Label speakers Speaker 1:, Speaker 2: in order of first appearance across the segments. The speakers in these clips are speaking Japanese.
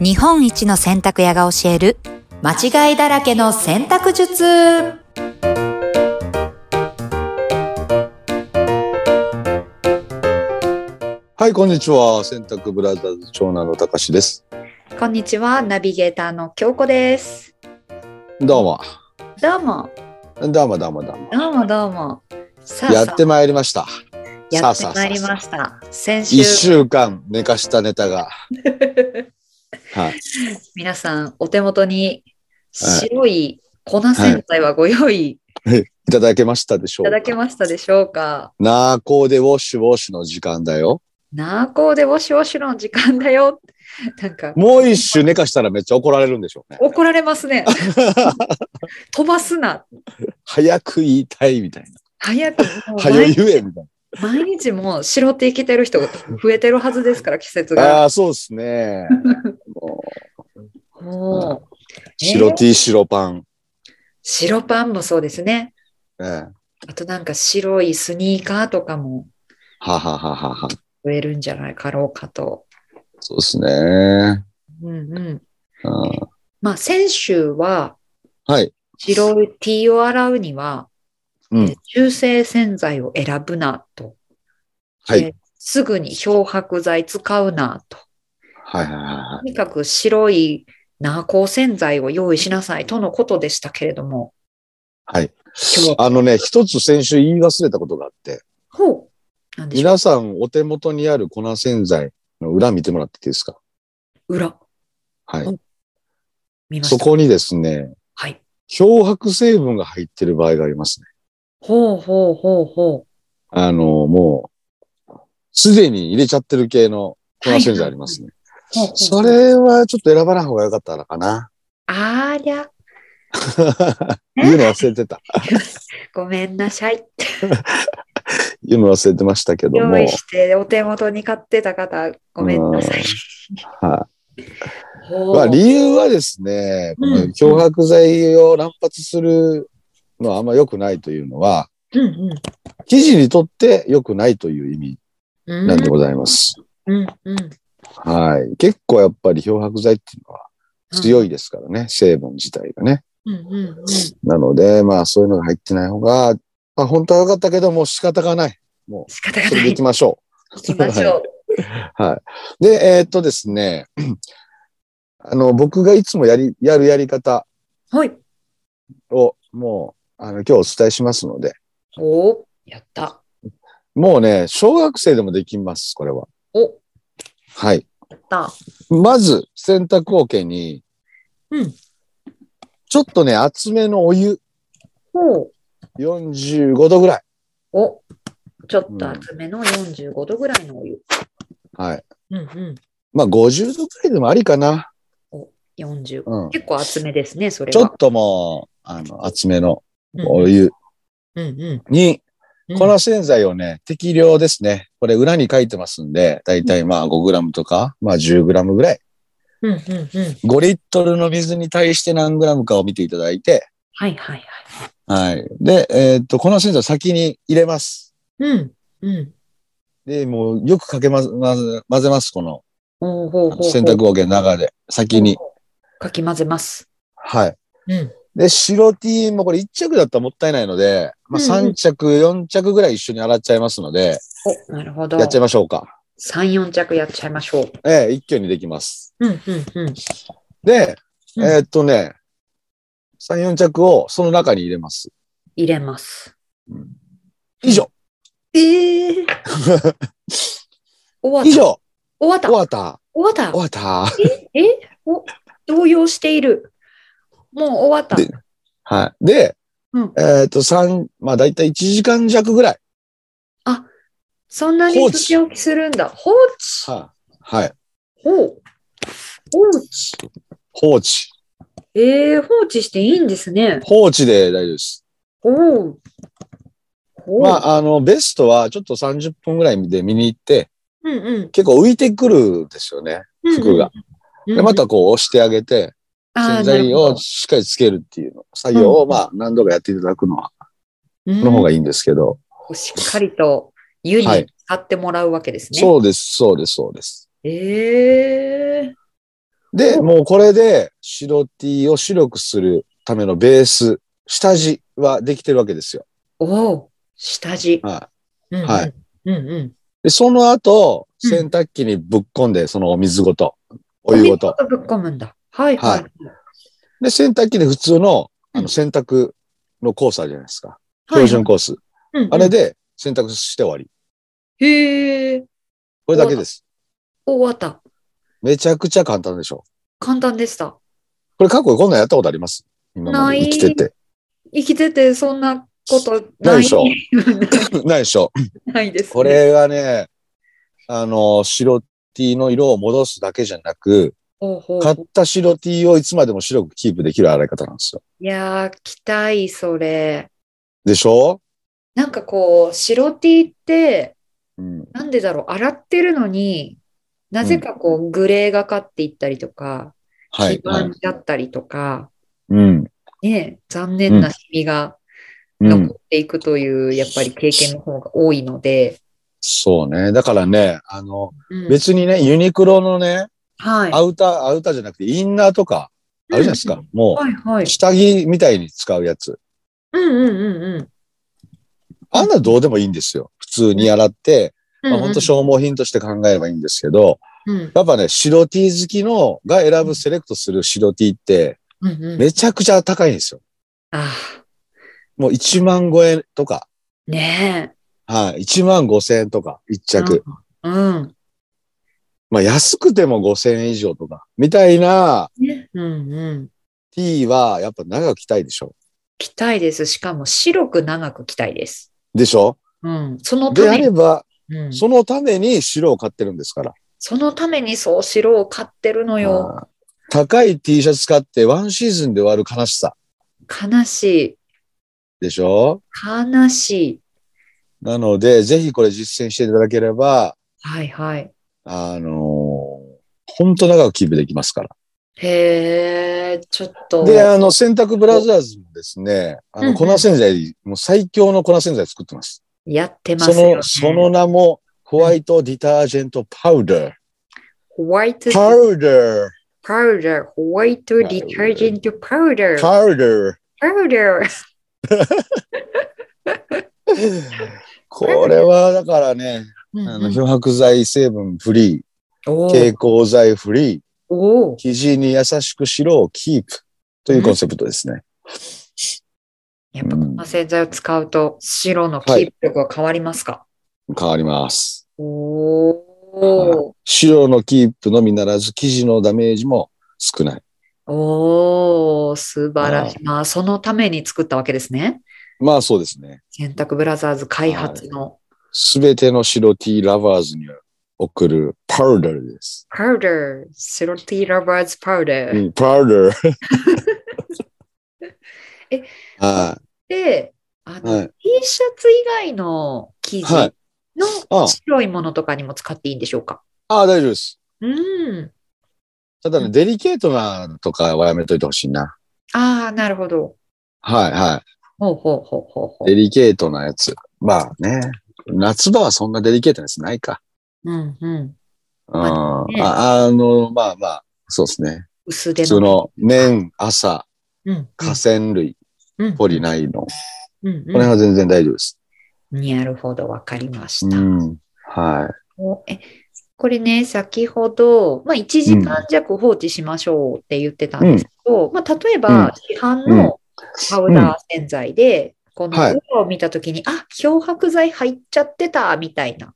Speaker 1: 日本一の洗濯屋が教える間違いだらけの洗濯術
Speaker 2: はい、こんにちは。洗濯ブラザーズ長男のたかしです。
Speaker 1: こんにちはナビゲーターの京子です
Speaker 2: どうも。
Speaker 1: どうも
Speaker 2: どうもどうもどうも。
Speaker 1: どうもどうもさあ
Speaker 2: やってまいりました。
Speaker 1: やってまいり
Speaker 2: さ
Speaker 1: ま
Speaker 2: あさあ
Speaker 1: し
Speaker 2: さあさ
Speaker 1: た先
Speaker 2: あ
Speaker 1: 週
Speaker 2: 一週間寝かしたネタが。はい。
Speaker 1: 皆さんお手元に白い粉洗剤はご用意
Speaker 2: いただけましたでし
Speaker 1: い
Speaker 2: ょう
Speaker 1: た
Speaker 2: か。
Speaker 1: だけましたでしょうか、
Speaker 2: なあ、こうでウォッシュウォッシュの時間だよ。
Speaker 1: ナーコーでウォシウォシュの時間だよなんか
Speaker 2: もう一週寝かしたらめっちゃ怒られるんでしょうね。
Speaker 1: 怒られます ね飛ばすな
Speaker 2: 早く言いたいみたい
Speaker 1: 早くもう
Speaker 2: な。早
Speaker 1: 毎
Speaker 2: 言えみたい
Speaker 1: 毎日もう白って生きてる人が増えてるはずですから、季節
Speaker 2: な。 あ
Speaker 1: が。
Speaker 2: あー、そうですね。もう
Speaker 1: もう、
Speaker 2: 白 T 白パン。
Speaker 1: 白パンもそうですね。
Speaker 2: ええ。は
Speaker 1: あとなんか白いスニーカーとかも
Speaker 2: ははははは。
Speaker 1: 増えるんじゃないかろうかと。
Speaker 2: そうですね。
Speaker 1: うんうん。
Speaker 2: うん
Speaker 1: まあ、先週は
Speaker 2: はい。
Speaker 1: 白い T を洗うには、
Speaker 2: うん。
Speaker 1: 中性洗剤を選ぶなと。
Speaker 2: はい。
Speaker 1: えすぐに漂白剤使うなと。
Speaker 2: はいはいはいは
Speaker 1: とにかく白い軟膏洗剤を用意しなさいとのことでしたけれども。
Speaker 2: い。はい
Speaker 1: 日は。
Speaker 2: あのね、一つ先週言い忘れたことがあって、
Speaker 1: ほう。なんでしょう
Speaker 2: 皆さんお手元にある粉洗剤の裏見てもらっていいですか
Speaker 1: 裏、
Speaker 2: は
Speaker 1: うん
Speaker 2: い。
Speaker 1: 見まし
Speaker 2: そ
Speaker 1: た。
Speaker 2: こにですね、
Speaker 1: はい。
Speaker 2: 漂白成分が入ってる場合がありますね。
Speaker 1: ほうほうほうほ
Speaker 2: あの、もう、すでに入れちゃってる系の粉洗剤ありますね。
Speaker 1: う。ほうほう
Speaker 2: それはちょっと選ばない方が良かったのか な
Speaker 1: ありゃ、
Speaker 2: 言うの忘れてた。
Speaker 1: ごめんなさい。
Speaker 2: 言うの忘れてましたけども。
Speaker 1: 用
Speaker 2: はい
Speaker 1: 意、してお手元に買ってた方、ごめんなさい。ほう
Speaker 2: まあ、理由はですね、こ
Speaker 1: う
Speaker 2: の
Speaker 1: ん
Speaker 2: 漂白剤を乱発するのはあんま良くないというのは、
Speaker 1: うんうん
Speaker 2: 生地にとって良くないという意味
Speaker 1: うん
Speaker 2: なんでございます。
Speaker 1: うんうん
Speaker 2: はい。結構やっぱり漂白剤っていうのは強いですからね、成分自体がね。
Speaker 1: うんうんうん
Speaker 2: なので、まあそういうのが入ってない方が、まあ本当は良かったけど、もう仕方がない。
Speaker 1: 仕方が
Speaker 2: そ
Speaker 1: な
Speaker 2: れで
Speaker 1: い。
Speaker 2: 行き
Speaker 1: 行
Speaker 2: ましょ
Speaker 1: きましょう。
Speaker 2: う。はい。で、えーっとですね、あの、僕がいつもやり、やるやり方
Speaker 1: はい。
Speaker 2: を、もう、あの、今日お伝えしますので、
Speaker 1: おお、やった。
Speaker 2: もうね、小学生でもできます、これは。
Speaker 1: お、
Speaker 2: はい。
Speaker 1: やった。
Speaker 2: まず、洗濯桶に、
Speaker 1: うん。
Speaker 2: ちょっとね、厚めのお湯、
Speaker 1: ほう。
Speaker 2: 45度ぐらい。
Speaker 1: お、ちょっと厚めの45度ぐらいのお湯。
Speaker 2: はい。
Speaker 1: うんうん。
Speaker 2: まあ、50度くらいでもありかな。
Speaker 1: 45。
Speaker 2: うん。
Speaker 1: 結構厚めですね、それ
Speaker 2: ちょっ
Speaker 1: は。
Speaker 2: ともう、あの、厚めの
Speaker 1: うん
Speaker 2: お湯
Speaker 1: うんう
Speaker 2: に、
Speaker 1: んうん。
Speaker 2: 粉洗剤をね、適量ですね。これ裏に書いてますんで、だいたいまあ5グラムとか、まあ10グラムぐらい。
Speaker 1: うんうんうん。
Speaker 2: 5リットルの水に対して何グラムかを見ていただいて、
Speaker 1: はいはいはい。
Speaker 2: はい。で、えーっと、粉洗剤を先に入れます。
Speaker 1: うんうん。
Speaker 2: で、もうよくかけま、まぜ混ぜます、この
Speaker 1: ほうほうほうほう。
Speaker 2: 洗濯桶の中で、先に。
Speaker 1: かき混ぜます。
Speaker 2: はい。
Speaker 1: うん。
Speaker 2: で、白 T もこれ1着だったらもったいないので、まあ、
Speaker 1: うんうん
Speaker 2: 3着、4着ぐらい一緒に洗っちゃいますので、
Speaker 1: お、なるほど。
Speaker 2: やっちゃいましょうか。
Speaker 1: 3、4着やっちゃいましょう。
Speaker 2: ええ、一挙にできます。
Speaker 1: うんうんうん。
Speaker 2: で、
Speaker 1: うん
Speaker 2: えーっとね、3、4着をその中に入れます。
Speaker 1: 入れます。
Speaker 2: 以上。
Speaker 1: え え終わった。
Speaker 2: 以。上。
Speaker 1: 終わった。
Speaker 2: 終わった。
Speaker 1: 終わっ
Speaker 2: 終わった。
Speaker 1: た。えお、動揺している。もう終わった。
Speaker 2: ではい。で、
Speaker 1: うん
Speaker 2: えーっと、三まあ、だいたい1時間弱ぐらい。
Speaker 1: そんなに
Speaker 2: 放置
Speaker 1: 土置きするんだ。放置。
Speaker 2: はい。はい。
Speaker 1: ほう。放置。
Speaker 2: 放置。
Speaker 1: ええ放置していいんですね。
Speaker 2: 放置で大丈夫です。
Speaker 1: ほう。ほう。
Speaker 2: まあ、あの、ベストはちょっと30分ぐらいで見に行って、
Speaker 1: うんうん。
Speaker 2: 結構浮いてくるんですよね。服が。
Speaker 1: うんうん。
Speaker 2: で、またこう押してあげて、洗剤を
Speaker 1: こ
Speaker 2: しっかりつけるっていうの作業
Speaker 1: う
Speaker 2: を、
Speaker 1: ん
Speaker 2: まあ、何度かやっていただくのは、の方がいいんですけど。
Speaker 1: しっかりと湯に
Speaker 2: はい
Speaker 1: 使ってもらうわけですね。
Speaker 2: そうです、そうです、そうです。
Speaker 1: ええ
Speaker 2: で、もうこれで白 T を白くするためのベース、下地はできてるわけですよ。
Speaker 1: おお、下地。
Speaker 2: は
Speaker 1: うんうん
Speaker 2: はい。
Speaker 1: うんうん。
Speaker 2: い。で、その後、
Speaker 1: うん
Speaker 2: 洗濯機にぶっ込んで、そのお水ごと、お湯ごと。
Speaker 1: ぶっ込むんだ。はいは
Speaker 2: はいい。で、洗濯機で普通の、あ
Speaker 1: うん
Speaker 2: の、洗濯のコースあるじゃないですか。
Speaker 1: はい
Speaker 2: 標準コース。
Speaker 1: うんうん
Speaker 2: あれで洗濯して終わり。
Speaker 1: へえ、
Speaker 2: これだけです。
Speaker 1: 終わった。
Speaker 2: めちゃくちゃ簡単でしょ。
Speaker 1: 簡単でした。
Speaker 2: これ過去こんなんやったことあります今まで生きてて。
Speaker 1: 生きててそんなことな
Speaker 2: な
Speaker 1: いい。
Speaker 2: でしょないでしょ。
Speaker 1: ないです、ね。
Speaker 2: こ。れがね、あの、白 T の色を戻すだけじゃなく、
Speaker 1: ほうほう
Speaker 2: 買った白 T をいつまでも白くキープできる洗い方なんですよ。
Speaker 1: いやー、期待、それ。
Speaker 2: でしょ
Speaker 1: なんかこう、白 T って、
Speaker 2: うん。
Speaker 1: なんでだろう、洗ってるのに、なぜかこう、グレーがかっていったりとか、
Speaker 2: はい
Speaker 1: 黄。ば
Speaker 2: はい
Speaker 1: んじゃったりとか、
Speaker 2: うん。
Speaker 1: ねえ、残念なシミが
Speaker 2: う
Speaker 1: 残
Speaker 2: ん。
Speaker 1: っていくという、やっぱり経験の方が多いので、
Speaker 2: そうね。だからね、あの、
Speaker 1: うん
Speaker 2: 別にね、ユニクロのね、
Speaker 1: はい。
Speaker 2: アウター、アウターじゃなくてインナーとか、あるじゃないです
Speaker 1: う
Speaker 2: か
Speaker 1: ん。
Speaker 2: も
Speaker 1: はいは
Speaker 2: う、
Speaker 1: い。
Speaker 2: 下着みたいに使うやつ。
Speaker 1: うんうんうんうん。
Speaker 2: あんなどうでもいいんですよ。普通に洗って、
Speaker 1: うん
Speaker 2: まあ、
Speaker 1: うん
Speaker 2: ほんと消耗品として考えればいいんですけど、
Speaker 1: うん
Speaker 2: やっぱね、白 T 好きのが選ぶセレクトする白 T って、
Speaker 1: うんうん。
Speaker 2: めちゃくちゃ高いんですよ。
Speaker 1: あ
Speaker 2: もう1万超えとか、
Speaker 1: ーね
Speaker 2: はい、1万5千円とか、1
Speaker 1: え。
Speaker 2: 着。
Speaker 1: うん。
Speaker 2: まあ安くても5千円以上とか、みたいな
Speaker 1: ねうんうん。
Speaker 2: T はやっぱ長く着たいでしょ。
Speaker 1: 着たいです。しかも白く長く着たいです。
Speaker 2: でしょ
Speaker 1: うん。そのた
Speaker 2: であ
Speaker 1: めに
Speaker 2: れば、
Speaker 1: うん、
Speaker 2: そのために白を買ってるんですから。
Speaker 1: そのためにそう白を買ってるのよ。
Speaker 2: あー高い T シャツ買ってワンシーズンで終わる悲しさ
Speaker 1: 悲しい。
Speaker 2: でしょ
Speaker 1: 悲しい。
Speaker 2: なので、ぜひこれ実践していただければ、
Speaker 1: はいはい。
Speaker 2: あのー、本当長くキープできますから。
Speaker 1: へえ、ちょっと。
Speaker 2: で、あの、洗濯ブラザーズもですね、あ
Speaker 1: うん
Speaker 2: の、粉洗剤、もう最強の粉洗剤作ってます。
Speaker 1: やってます
Speaker 2: そ
Speaker 1: よ、ね。
Speaker 2: の、その名も、ホワイトディタージェントパウダー。
Speaker 1: ホワイト
Speaker 2: パウダー、
Speaker 1: パウダー、ホワイトディタージェントパウダー、パ
Speaker 2: パウダ ー。
Speaker 1: ウダー。
Speaker 2: これは、だからね、
Speaker 1: うん
Speaker 2: あ
Speaker 1: う
Speaker 2: の、
Speaker 1: ん
Speaker 2: 漂白剤成分フリ
Speaker 1: お
Speaker 2: ー、
Speaker 1: ー
Speaker 2: 蛍光剤フリー、
Speaker 1: おー
Speaker 2: 生地に優しく白をキープというコンセプトですね。
Speaker 1: やっぱこの洗剤を使うと白のキープ力が変わりますか、
Speaker 2: 変わります。
Speaker 1: おお
Speaker 2: 白のキープのみならず、生地のダメージも少ない。
Speaker 1: おお素晴らしい。まあ、そのために作ったわけですね。
Speaker 2: まあそうですね。
Speaker 1: 洗濯ブラザーズ開発の
Speaker 2: すべての白 T ラバーズに送るパウダーです。
Speaker 1: パウダー、セロティーラバーズパウダ
Speaker 2: う
Speaker 1: ー。
Speaker 2: ん、パウダー。
Speaker 1: え
Speaker 2: は
Speaker 1: で、あ
Speaker 2: い。
Speaker 1: の、
Speaker 2: はい。
Speaker 1: T シャツ以外の生地
Speaker 2: はい
Speaker 1: の
Speaker 2: あ
Speaker 1: 白いものとかにも使っていいんでしょうか
Speaker 2: ああ、大丈夫です。
Speaker 1: うん。
Speaker 2: ただね、デリケートなとかはやめといてほしいな。
Speaker 1: ああ、なるほど。
Speaker 2: はいは
Speaker 1: ほうほうほうほうほ
Speaker 2: い。デリケートなやつ。まあね。夏場はそんなデリケートなやつないか。
Speaker 1: う。うんうん。
Speaker 2: うん。
Speaker 1: まあ
Speaker 2: あ
Speaker 1: ね
Speaker 2: あの、まあまあ、そうですね。
Speaker 1: 薄手
Speaker 2: 普通の綿、朝、
Speaker 1: うんうん
Speaker 2: 河川類、
Speaker 1: うん
Speaker 2: ポリナイロン。こ
Speaker 1: うん
Speaker 2: の辺は全然大丈夫です。
Speaker 1: うん。なるほど、わかりまし
Speaker 2: う
Speaker 1: た。
Speaker 2: ん。は
Speaker 1: おえこれね、先ほど、まあ、1時間弱放置しましょうって言ってたんですけど、まあ、例え
Speaker 2: うん
Speaker 1: ば市販のパウダー洗剤で、この
Speaker 2: はい。
Speaker 1: 裏を見たときに、あ漂白剤入っちゃってたみたいない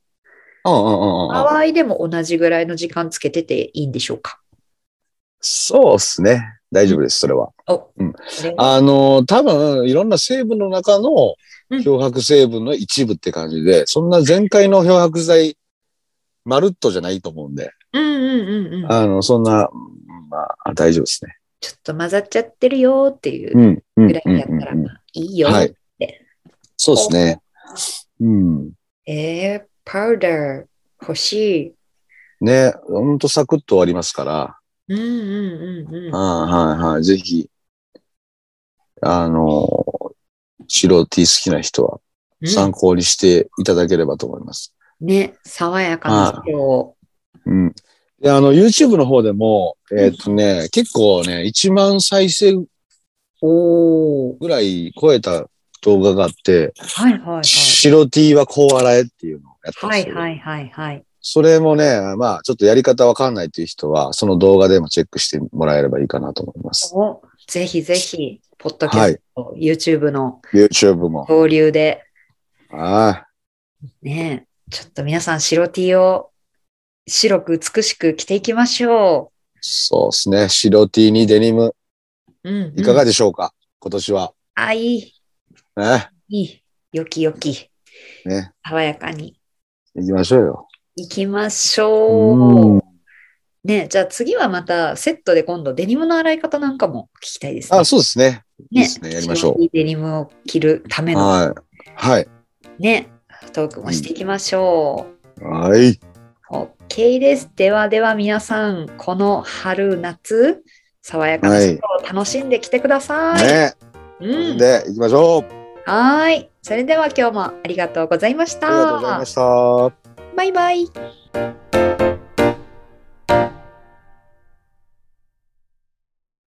Speaker 2: うんうんうんうんうん。
Speaker 1: 場合でも同じぐらいの時間つけてていいんでしょうか。
Speaker 2: そうですね。大丈夫です、それは。
Speaker 1: お
Speaker 2: うん
Speaker 1: それは
Speaker 2: あの、多分、いろんな成分の中の
Speaker 1: うん
Speaker 2: 漂白成分の一部って感じで、そんな全開の漂白剤、まるっとじゃないと思うんで、
Speaker 1: うんうんうんうん。
Speaker 2: あの、そんな、うんまあ、大丈夫ですね。、
Speaker 1: ちょっと混ざっちゃってるよっていううん
Speaker 2: うん、
Speaker 1: ぐら
Speaker 2: う
Speaker 1: い
Speaker 2: ん
Speaker 1: だったら
Speaker 2: うんうん。
Speaker 1: いいよ。
Speaker 2: はい
Speaker 1: て。
Speaker 2: そうですね。うん。
Speaker 1: えー、パウダー欲し
Speaker 2: ね、ほんとサクッと終わりますから、
Speaker 1: い。うんうんうんうん。
Speaker 2: はいはいはい、ぜひ、あの、白 T 好きな人は
Speaker 1: うん
Speaker 2: 参考にしていただければと思います。
Speaker 1: ね、爽やかな白を。
Speaker 2: うん。で、あの、YouTube の方でも、えーっとね、結構ね、1万再生
Speaker 1: おー。
Speaker 2: ぐらい超えた動画があって、
Speaker 1: はいはいはい。
Speaker 2: 白 T はこう洗えっていうのをやったん
Speaker 1: は
Speaker 2: です
Speaker 1: い
Speaker 2: よ。
Speaker 1: はいはいはい。
Speaker 2: それもね、まあ、ちょっとやり方わかんないっていう人は、その動画でもチェックしてもらえればいいかなと思います。
Speaker 1: おぜひぜひ、ポッドキ
Speaker 2: は
Speaker 1: ャス
Speaker 2: い。
Speaker 1: ト、YouTube の
Speaker 2: YouTube も。
Speaker 1: 交流で、
Speaker 2: あ
Speaker 1: ねえ、ちょっと皆さん白 T を白く美しく着ていきましょ
Speaker 2: あ、そうですね。白 T にデニム、
Speaker 1: う。うん、うん。
Speaker 2: いかがでしょうか、今年は。
Speaker 1: あ、いい、
Speaker 2: ね。
Speaker 1: いい。よきよき。
Speaker 2: ね。
Speaker 1: 爽やかに
Speaker 2: 行きましょうよ。
Speaker 1: 行きまし
Speaker 2: う
Speaker 1: ょ
Speaker 2: ん
Speaker 1: う。ねえ、じゃあ次はまたセットで今度デニムの洗い方なんかも聞きたいですね。
Speaker 2: あ、そうですね。いい
Speaker 1: ね
Speaker 2: ですね。やりましょ
Speaker 1: 白 T デニムを着るため
Speaker 2: う。
Speaker 1: の
Speaker 2: はい。はい。
Speaker 1: ね、トークもしていきましょう。
Speaker 2: はい。
Speaker 1: OK です。ではでは皆さん、この春夏、爽やかな人を楽しんできてください。
Speaker 2: ね。
Speaker 1: うん、
Speaker 2: で、行きましょう。
Speaker 1: はーい。それでは今日もありがとうございまし
Speaker 2: ありがとうござい
Speaker 1: た
Speaker 2: ま。した。
Speaker 1: バイバイ。
Speaker 2: バイ